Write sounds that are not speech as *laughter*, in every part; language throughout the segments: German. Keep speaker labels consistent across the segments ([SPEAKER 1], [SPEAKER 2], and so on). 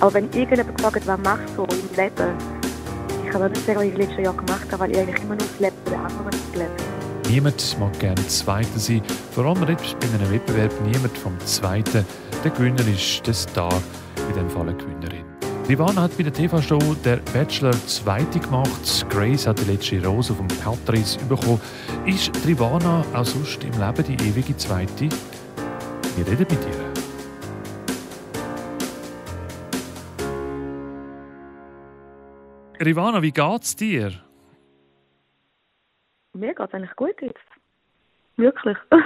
[SPEAKER 1] Aber wenn irgendjemand gefragt was machst du im Leben, ich kann nicht sagen, was ich letztes Jahr gemacht habe, weil ich eigentlich immer nur das Leben der anderen gelebt
[SPEAKER 2] Niemand mag gerne Zweiter sein. Vor allem redest bei einem Wettbewerb niemand vom Zweiten. Der Gewinner ist der Star, in dem Fall eine Gewinnerin. Rivana hat bei der TV-Show der Bachelor Zweite gemacht. Grace hat die letzte Rose von Patrice bekommen. Ist Rivana auch sonst im Leben die ewige Zweite? Wir reden mit ihr. Rivana, wie geht's dir?
[SPEAKER 1] Mir geht es eigentlich gut jetzt. Wirklich. *laughs*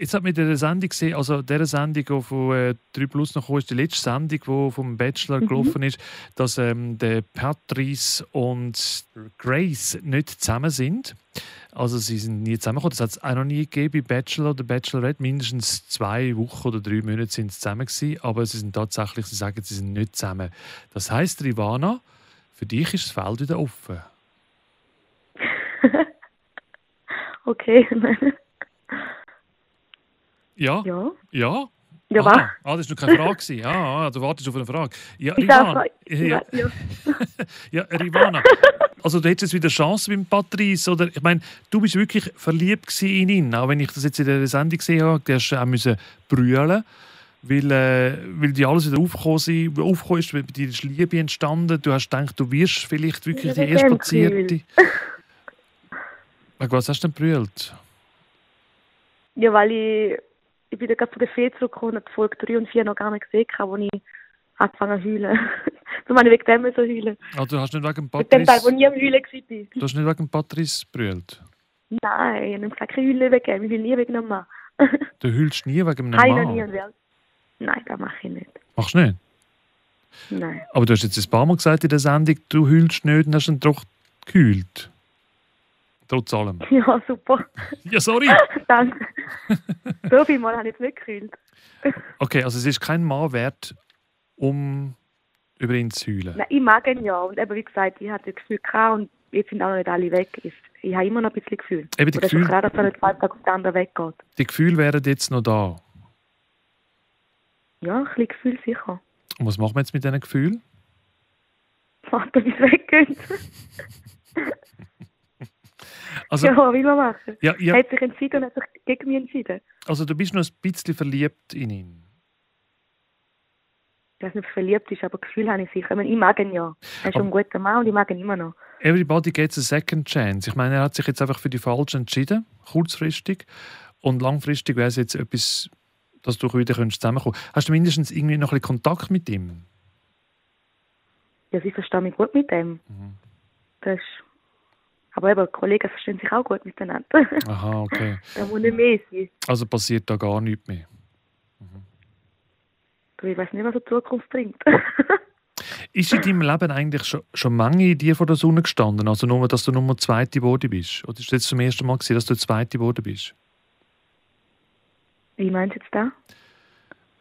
[SPEAKER 2] Jetzt hat man in der Sendung gesehen, also der Sendung, die von äh, 3 Plus noch kam, ist die letzte Sendung, die vom
[SPEAKER 1] Mhm.
[SPEAKER 2] Bachelor gelaufen ist, dass ähm, der Patrice und Grace nicht zusammen sind. Also sie sind nie zusammengekommen. Das hat es auch noch nie gegeben bei Bachelor oder Bachelorette. Mindestens zwei Wochen oder drei Monate sind sie zusammen gewesen, aber sie sind tatsächlich, sie sagen, sie sind nicht zusammen. Das heißt, Rivana, für dich ist das Feld wieder offen.
[SPEAKER 1] okay. *laughs*
[SPEAKER 2] Ja,
[SPEAKER 1] ja.
[SPEAKER 2] ja.
[SPEAKER 1] Ja, was?
[SPEAKER 2] ah, ah, das war noch keine Frage. gewesen. Ah, ah, du wartest auf eine Frage. Ja,
[SPEAKER 1] Ich darf
[SPEAKER 2] Rivana, ja,
[SPEAKER 1] ja. ja.
[SPEAKER 2] ja, Rivana. also du hättest wieder Chance mit dem Patrice, oder? Ich meine, du bist wirklich verliebt gewesen in ihn, auch wenn ich das jetzt in der Sendung gesehen habe, du hast auch müssen brüllen, weil, äh, weil die alles wieder aufgekommen sind, aufgekommen ist, bei dir ist Liebe entstanden, du hast gedacht, du wirst vielleicht wirklich
[SPEAKER 1] Ja,
[SPEAKER 2] die
[SPEAKER 1] das ist ein
[SPEAKER 2] Erstplatzierte. *laughs* Wegen Was hast du denn brüllt?
[SPEAKER 1] Ja, weil ich, ich bin dann gerade von der Fee zurückgekommen und die Folge 3 und 4 noch gar nicht gesehen habe, wo ich angefangen zu heulen. *laughs* Darum meine ich wegen dem so heulen.
[SPEAKER 2] Ah, du hast nicht wegen dem
[SPEAKER 1] Mit dem Teil, wo
[SPEAKER 2] Patrice,
[SPEAKER 1] ich am Heulen war.
[SPEAKER 2] du hast nicht wegen dem Patrice brüllt.
[SPEAKER 1] Nein, ich habe keine Heulen weggegeben. Ich will nie wegen einem Mann.
[SPEAKER 2] Du heulst nie wegen einem
[SPEAKER 1] Nein, noch nie.
[SPEAKER 2] Mann.
[SPEAKER 1] und wer- Nein, das mache ich nicht.
[SPEAKER 2] Machst du nicht?
[SPEAKER 1] Nein.
[SPEAKER 2] Aber du hast jetzt ein paar Mal gesagt in der Sendung, du heulst nicht und hast dann doch gehüllt. Trotz allem.
[SPEAKER 1] *laughs* Ja, super.
[SPEAKER 2] Ja, sorry.
[SPEAKER 1] Danke. so viel Mal habe ich jetzt nicht geheult.
[SPEAKER 2] Okay, also es ist kein Mann wert, um über ihn zu heulen.
[SPEAKER 1] Nein, ich mag ihn ja. Und eben, wie gesagt, ich hatte das Gefühl gehabt und jetzt sind auch noch nicht alle weg. Ich, ich habe immer noch ein bisschen Gefühl.
[SPEAKER 2] Eben, die
[SPEAKER 1] Oder schon
[SPEAKER 2] Gefühle-
[SPEAKER 1] klar, dass er nicht zwei Tage auf den anderen weggeht.
[SPEAKER 2] Die Gefühle wären jetzt noch da.
[SPEAKER 1] Ja, ein bisschen Gefühl sicher.
[SPEAKER 2] Und was machen wir jetzt mit diesen Gefühlen?
[SPEAKER 1] Warten, bis es weggeht.
[SPEAKER 2] Also,
[SPEAKER 1] ja, was will man machen?
[SPEAKER 2] ja, ja,
[SPEAKER 1] Er hat sich entschieden und hat sich gegen mich entschieden.
[SPEAKER 2] also du bist noch ein bisschen verliebt in ihn.
[SPEAKER 1] Ich weiß nicht, ob er verliebt ist, aber Gefühl habe ich sicher. Ich, meine, ich mag ihn ja. Er ist schon ein guter Mann und ich mag ihn immer noch.
[SPEAKER 2] Everybody gets a second chance. Ich meine, er hat sich jetzt einfach für die falsche entschieden, kurzfristig. Und langfristig wäre es jetzt etwas, dass du wieder könntest zusammenkommen könntest. Hast du mindestens irgendwie noch ein bisschen Kontakt mit ihm?
[SPEAKER 1] Ja, sie verstehen mich gut mit dem. Das ist... Aber eben, Kollegen verstehen sich auch gut miteinander. *laughs*
[SPEAKER 2] Aha, okay.
[SPEAKER 1] da muss nicht mehr sein.
[SPEAKER 2] Also passiert da gar nichts mehr.
[SPEAKER 1] Du, Ich weiß nicht, was die Zukunft bringt.
[SPEAKER 2] Ist in deinem Leben eigentlich schon, schon Menge in dir vor der Sonne gestanden? Also nur, dass du nur zweite Bode bist? Oder ist das jetzt zum ersten Mal, gewesen, dass du zweite Bode bist?
[SPEAKER 1] Wie meinst du jetzt da?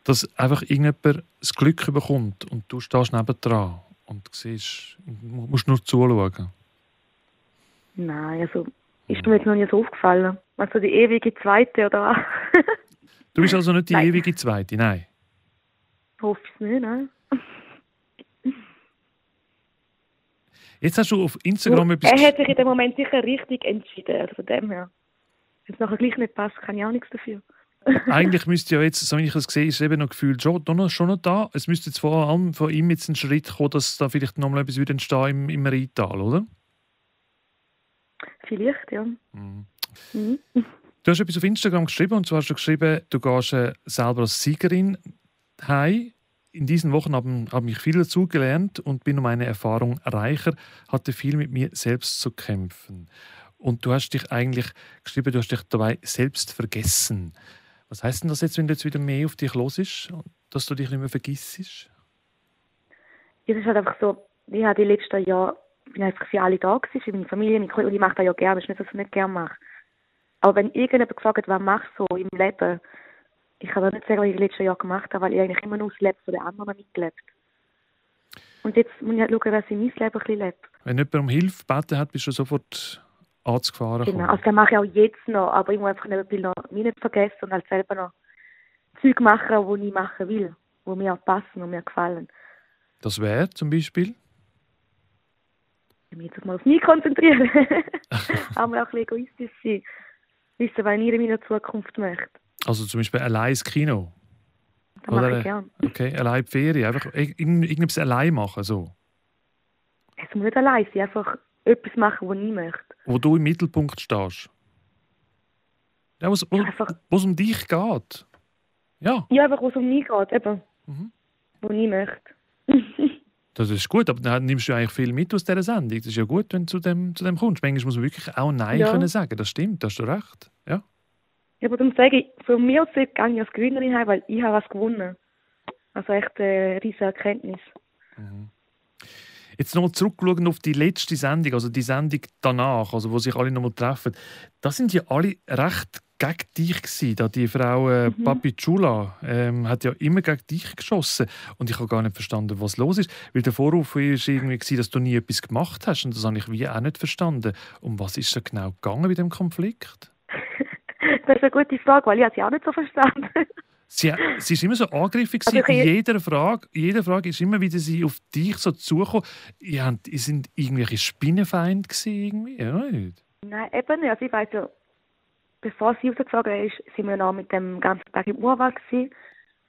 [SPEAKER 2] Dass einfach irgendjemand das Glück bekommt und du stehst nebendran und siehst, du musst nur zuschauen.
[SPEAKER 1] Nein, also ist mir jetzt noch nie so aufgefallen. Also die ewige Zweite oder *laughs* was?
[SPEAKER 2] Du bist also nicht die
[SPEAKER 1] Nein.
[SPEAKER 2] ewige Zweite, nein.
[SPEAKER 1] Ich hoffe es nicht, ne?
[SPEAKER 2] Jetzt hast du auf Instagram etwas...
[SPEAKER 1] er hat sich in dem Moment sicher richtig entschieden, also von dem her. Wenn es nachher gleich nicht passt, kann ich auch nichts dafür.
[SPEAKER 2] *laughs* eigentlich müsste ja jetzt, so wie ich es sehe, ist eben noch Gefühl schon, doch noch- schon noch da. Es müsste jetzt vor allem von ihm jetzt ein Schritt kommen, dass da vielleicht noch mal etwas würde entstehen im, im Rheintal, oder?
[SPEAKER 1] Vielleicht, ja.
[SPEAKER 2] Mhm.
[SPEAKER 1] Mhm.
[SPEAKER 2] Du hast etwas auf Instagram geschrieben und zwar hast du geschrieben, du gehst äh, selber als Siegerin heim. In diesen Wochen haben, haben ich viel dazugelernt und bin um meine Erfahrung reicher, hatte viel mit mir selbst zu kämpfen. Und du hast dich eigentlich geschrieben, du hast dich dabei selbst vergessen. Was heißt denn das jetzt, wenn du jetzt wieder mehr auf dich los ist, dass du dich nicht mehr vergisst?
[SPEAKER 1] Es ist halt einfach so, ich habe die letzten Jahre, bin einfach für alle da gewesen, für meine Familie, meine Kollegen, und ich mache das ja gerne, es ist nicht, dass ich es nicht gerne mache. Aber wenn irgendjemand gefragt hat, was machst du im Leben, ich kann dir nicht sagen, was ich die letzten Jahre gemacht habe, weil ich eigentlich immer nur das Leben von den anderen mitgelebt. Und jetzt muss ich halt schauen, dass ich mein Leben ein bisschen lebe.
[SPEAKER 2] Wenn jemand um Hilfe gebeten hat, bist du sofort anzugefahren.
[SPEAKER 1] Genau,
[SPEAKER 2] gekommen.
[SPEAKER 1] also das mache ich auch jetzt noch, aber ich muss einfach nebenbei noch mich nicht vergessen und halt selber noch Zeug machen, die ich machen will, die mir auch passen und mir gefallen.
[SPEAKER 2] Das wäre zum Beispiel?
[SPEAKER 1] mich jetzt mal auf mich konzentrieren. Aber auch ein bisschen egoistisch sein. Wissen, was ich in meiner Zukunft möchte.
[SPEAKER 2] Also zum Beispiel allein ins Kino?
[SPEAKER 1] Das mache ich gerne.
[SPEAKER 2] Okay, allein die Ferien. Einfach irg- irg- irgendetwas allein machen, so.
[SPEAKER 1] Es muss nicht allein sein, einfach etwas machen, was ich möchte.
[SPEAKER 2] Wo du im Mittelpunkt stehst. Ja, was, wo,
[SPEAKER 1] Einfach,
[SPEAKER 2] wo es um dich geht. Ja,
[SPEAKER 1] ja, einfach, was um mich geht, eben,
[SPEAKER 2] mhm.
[SPEAKER 1] was ich möchte. *laughs*
[SPEAKER 2] das ist gut. Aber dann nimmst du ja eigentlich viel mit aus dieser Sendung. Das ist ja gut, wenn du zu dem, zu dem kommst. Manchmal muss man wirklich auch Nein
[SPEAKER 1] Ja.
[SPEAKER 2] können sagen. Das stimmt, da hast du recht. Ja.
[SPEAKER 1] Ja, aber darum sage ich, von mir aus gehe ich als Gewinnerin heim, weil ich habe was gewonnen. Also echt eine riesige Erkenntnis. *laughs*
[SPEAKER 2] Jetzt nochmal zurückschauen auf die letzte Sendung, also die Sendung danach, also wo sich alle nochmal treffen. Das sind ja alle recht gegen dich gewesen, da die Frau äh,
[SPEAKER 1] Mhm.
[SPEAKER 2] Papi Chula ähm, hat ja immer gegen dich geschossen und ich habe gar nicht verstanden, was los ist, weil der Vorwurf war irgendwie, gewesen, dass du nie etwas gemacht hast und das habe ich wie auch nicht verstanden. Um was ist da genau gegangen bei dem Konflikt?
[SPEAKER 1] Das ist eine gute Frage, weil ich habe sie auch nicht so verstanden.
[SPEAKER 2] Sie, sie ist immer so angriffig
[SPEAKER 1] Also
[SPEAKER 2] gewesen.
[SPEAKER 1] ich-
[SPEAKER 2] in jeder Frage, in jeder Frage ist immer wieder sie auf dich so zugekommen. Ihr habt- ihr sind irgendwelche Spinnenfeinde gewesen, irgendwie, oder nicht?
[SPEAKER 1] Nein, eben nicht. Also ich weiß ja, bevor sie rausgeflogen ist, sind wir noch mit dem ganzen Tag im Urwald gewesen.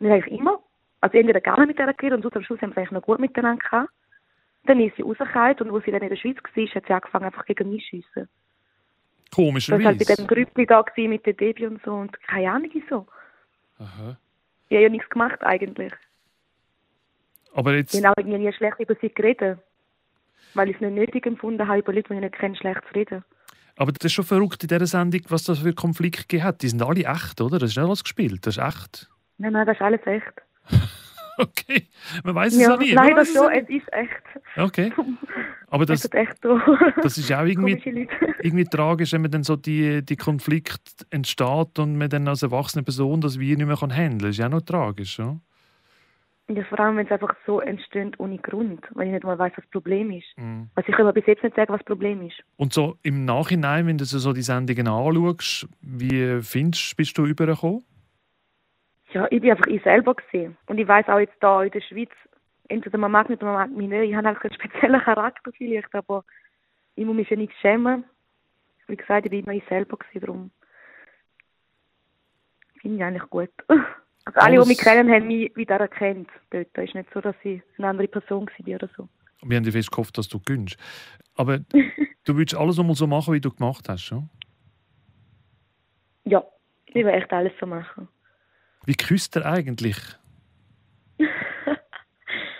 [SPEAKER 1] Und eigentlich immer. Also entweder gar nicht mit ihr geredet und sonst am Schluss haben wir es eigentlich noch gut miteinander gehabt. Dann ist sie rausgekommen und als sie dann in der Schweiz war, hat sie angefangen einfach gegen mich zu schiessen. Das war halt bei
[SPEAKER 2] Komischerweise.
[SPEAKER 1] dem Grüppli da gewesen, mit der Debbie und so und keine Ahnung wieso.
[SPEAKER 2] Aha.
[SPEAKER 1] Ich habe ja nichts gemacht eigentlich.
[SPEAKER 2] Aber jetzt,
[SPEAKER 1] Ich habe auch irgendwie nie schlecht über sie geredet. Weil ich es nicht nötig empfunden habe, über Leute, die ich nicht kenne, schlecht zu reden.
[SPEAKER 2] aber das ist schon verrückt in dieser Sendung, was das für Konflikte gegeben hat. Die sind alle echt, oder? Das ist nicht alles gespielt, das ist echt. *laughs*
[SPEAKER 1] Nein, nein, das ist alles echt.
[SPEAKER 2] Okay, man weiß es
[SPEAKER 1] ja,
[SPEAKER 2] auch nie. man
[SPEAKER 1] nein, das
[SPEAKER 2] weiss
[SPEAKER 1] schon, Also,
[SPEAKER 2] es
[SPEAKER 1] es ist echt.
[SPEAKER 2] auch- Okay,
[SPEAKER 1] *laughs*
[SPEAKER 2] aber
[SPEAKER 1] Das
[SPEAKER 2] das,
[SPEAKER 1] ist echt so. *laughs*
[SPEAKER 2] das ist auch irgendwie
[SPEAKER 1] Komische Leute.
[SPEAKER 2] irgendwie tragisch, wenn man dann so die, die Konflikt entsteht und man dann als erwachsene Person das wie nicht mehr kann handeln kann. Ist ja auch noch tragisch, oder?
[SPEAKER 1] Ja, vor allem, wenn es einfach so entsteht ohne Grund, wenn ich nicht mal weiß, was das Problem ist.
[SPEAKER 2] Mhm.
[SPEAKER 1] Also ich kann mir bis jetzt nicht sagen, was das Problem ist.
[SPEAKER 2] Und so im Nachhinein, wenn du so so die Sendungen anschaust, wie findest bist du übergekommen?
[SPEAKER 1] Ja, ich bin einfach ich selber gesehen. Und ich weiß auch jetzt da in der Schweiz, entweder man mag mich oder man mag mich nicht. Ich habe einfach einen speziellen Charakter vielleicht, aber ich muss mich ja nicht schämen. Wie gesagt, ich bin immer ich selber gewesen, darum finde ich eigentlich gut. *laughs* Also alle,
[SPEAKER 2] Alles-
[SPEAKER 1] die mich kennen, haben mich wieder erkannt. Dort Da ist nicht so, dass ich eine andere Person gewesen bin oder so.
[SPEAKER 2] Wir haben dir fest gehofft, dass du gönnst.
[SPEAKER 1] *laughs*
[SPEAKER 2] Aber du willst alles nochmal so machen, wie du gemacht hast. Ja?
[SPEAKER 1] Ja, ich will echt alles so machen.
[SPEAKER 2] Wie küsst er eigentlich?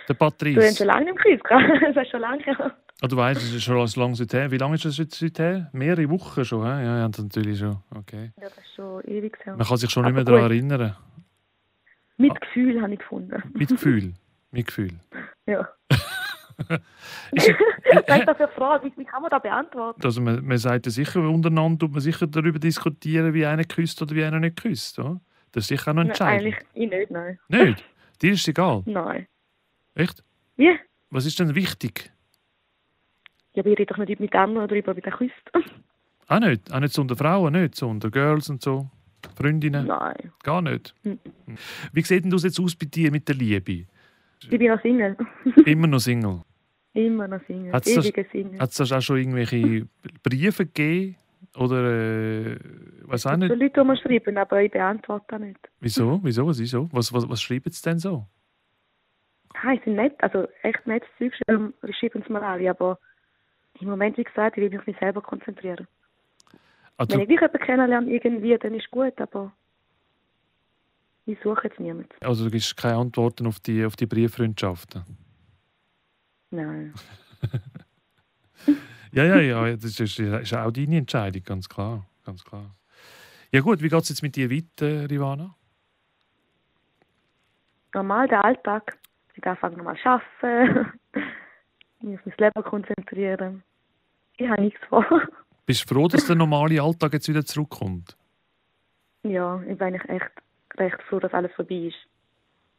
[SPEAKER 2] Der
[SPEAKER 1] Du hast
[SPEAKER 2] Patrice.
[SPEAKER 1] schon lange im Kreis, gell? *laughs* Das ist schon lange her.
[SPEAKER 2] Ah, du weißt, es ist schon so lange her. Wie lange ist das jetzt her? Mehrere Wochen schon. hä? Ja, ja, das natürlich schon. Okay.
[SPEAKER 1] Ja, das ist schon ewig her.
[SPEAKER 2] Man kann sich schon nicht
[SPEAKER 1] Aber
[SPEAKER 2] mehr daran
[SPEAKER 1] gut.
[SPEAKER 2] erinnern.
[SPEAKER 1] Mit Gefühl habe ich gefunden. *laughs*
[SPEAKER 2] Mit Gefühl. Mit Gefühl.
[SPEAKER 1] Ja.
[SPEAKER 2] *laughs* Ist
[SPEAKER 1] *laughs*
[SPEAKER 2] es-
[SPEAKER 1] Was ist das für eine Frage? Wie, wie kann man da beantworten?
[SPEAKER 2] Also man, man sagt ja sicher, untereinander tut man sicher darüber diskutieren, wie einer küsst oder wie einer nicht küsst. Oder? Das ist sicher auch noch
[SPEAKER 1] Nein, eigentlich
[SPEAKER 2] entscheidend.
[SPEAKER 1] ich nicht, nein.
[SPEAKER 2] Nicht? Dir ist egal.
[SPEAKER 1] Nein.
[SPEAKER 2] Echt?
[SPEAKER 1] Ja,
[SPEAKER 2] Was ist denn wichtig?
[SPEAKER 1] ja aber ich rede doch nicht mit anderen darüber, wie der *laughs* küsst.
[SPEAKER 2] Auch nicht. Auch nicht so unter Frauen, nicht so unter Girls und so. Freundinnen.
[SPEAKER 1] Nein.
[SPEAKER 2] Gar nicht.
[SPEAKER 1] Mhm.
[SPEAKER 2] Wie sieht denn das jetzt aus bei dir mit der Liebe?
[SPEAKER 1] Ich bin noch Single.
[SPEAKER 2] Immer noch Single.
[SPEAKER 1] Immer noch Single.
[SPEAKER 2] Hat's das-
[SPEAKER 1] Ewiger Single.
[SPEAKER 2] Hat es da auch schon irgendwelche Briefe gegeben? Oder, äh, weiß auch
[SPEAKER 1] So
[SPEAKER 2] nicht.
[SPEAKER 1] Leute, die mir schreiben, aber ich beantworte auch nicht.
[SPEAKER 2] Wieso? Wieso? Was ist so? Was, was, was schreiben sie denn so?
[SPEAKER 1] Nein, es sind nett, also echt nettes Zeug, schreiben schreiben sie mir alle, aber im Moment, wie gesagt, ich will mich auf mich selber konzentrieren.
[SPEAKER 2] Ah, du-
[SPEAKER 1] Wenn ich dich jemanden kennenlerne, irgendwie, dann ist gut, aber ich suche jetzt niemanden.
[SPEAKER 2] Also du gibst keine Antworten auf die, auf die Brieffreundschaften.
[SPEAKER 1] Nein.
[SPEAKER 2] Ja, ja, ja, das ist, ist auch deine Entscheidung, ganz klar. Ganz klar. Ja gut, wie geht es jetzt mit dir weiter, Rivana?
[SPEAKER 1] normal der Alltag. Ich anfange nochmal zu arbeiten. *laughs* Ich muss mich selber konzentrieren. Ich habe nichts vor.
[SPEAKER 2] Bist du froh, dass der normale Alltag jetzt wieder zurückkommt?
[SPEAKER 1] Ja, ich bin eigentlich echt recht froh, dass alles vorbei ist.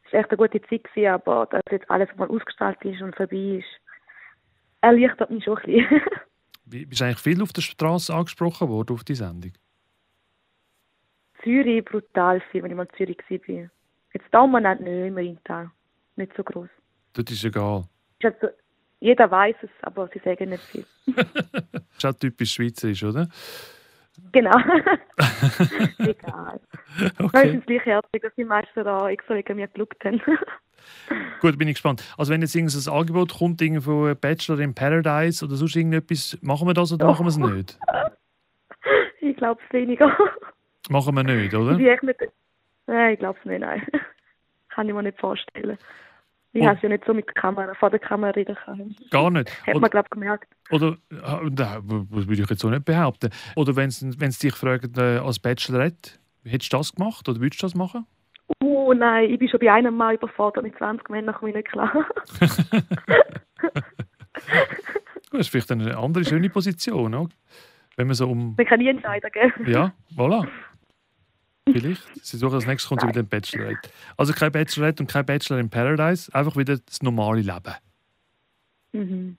[SPEAKER 1] Es war echt eine gute Zeit, gewesen, aber dass jetzt alles mal ausgestaltet ist und vorbei ist, erleichtert mich schon ein bisschen. *laughs*
[SPEAKER 2] Wie- Bist du eigentlich viel auf der Straße angesprochen worden auf die Sendung?
[SPEAKER 1] Zürich brutal viel, wenn ich mal in Zürich war. Jetzt da umeinander nicht, im Rheintal. Nicht so groß.
[SPEAKER 2] Dort ist es egal.
[SPEAKER 1] Ist halt so, jeder weiß es, aber sie sagen nicht viel.
[SPEAKER 2] Das ist auch typisch schweizerisch, oder? *laughs*
[SPEAKER 1] Genau. Egal. Okay. Das ist gleich herzig, dass die meisten da extra wegen mir geschaut haben. *laughs*
[SPEAKER 2] Gut, bin ich gespannt. Also wenn jetzt irgendein Angebot kommt, irgend von Bachelor in Paradise oder sonst irgendetwas, machen wir das oder
[SPEAKER 1] Ja.
[SPEAKER 2] machen wir es nicht?
[SPEAKER 1] ich glaube es weniger.
[SPEAKER 2] Machen wir nicht,
[SPEAKER 1] Ich
[SPEAKER 2] oder?
[SPEAKER 1] bin echt nicht, nein, ich glaube es nicht, nein. *laughs* Kann ich mir nicht vorstellen. Ich
[SPEAKER 2] Und-
[SPEAKER 1] habe es ja nicht so mit der Kamera, vor der Kamera reden können.
[SPEAKER 2] Gar nicht.
[SPEAKER 1] Hat
[SPEAKER 2] Oder,
[SPEAKER 1] man, glaube ich, gemerkt.
[SPEAKER 2] oder äh, nein, das würde ich jetzt so nicht behaupten. Oder wenn sie dich fragen äh, als Bachelorette, hättest du das gemacht oder würdest du das machen?
[SPEAKER 1] Oh nein, ich bin schon bei einem Mal überfordert mit 20 Männern, komme ich nicht klar. *laughs*
[SPEAKER 2] Gut, Das ist vielleicht eine andere schöne Position, oder? wenn man so um...
[SPEAKER 1] Man kann nie entscheiden, gell?
[SPEAKER 2] Ja, voilà. Vielleicht. Sie suchen als nächstes kommt sie wieder ein Bachelorette. Also kein Bachelorette und kein Bachelor in Paradise, einfach wieder das normale Leben.
[SPEAKER 1] Mhm.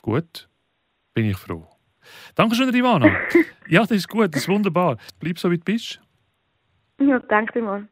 [SPEAKER 2] Gut, bin ich froh. Dankeschön, Ivana. ja, das ist gut, das ist wunderbar. Bleib so, wie du bist.
[SPEAKER 1] Ja, danke dir mal.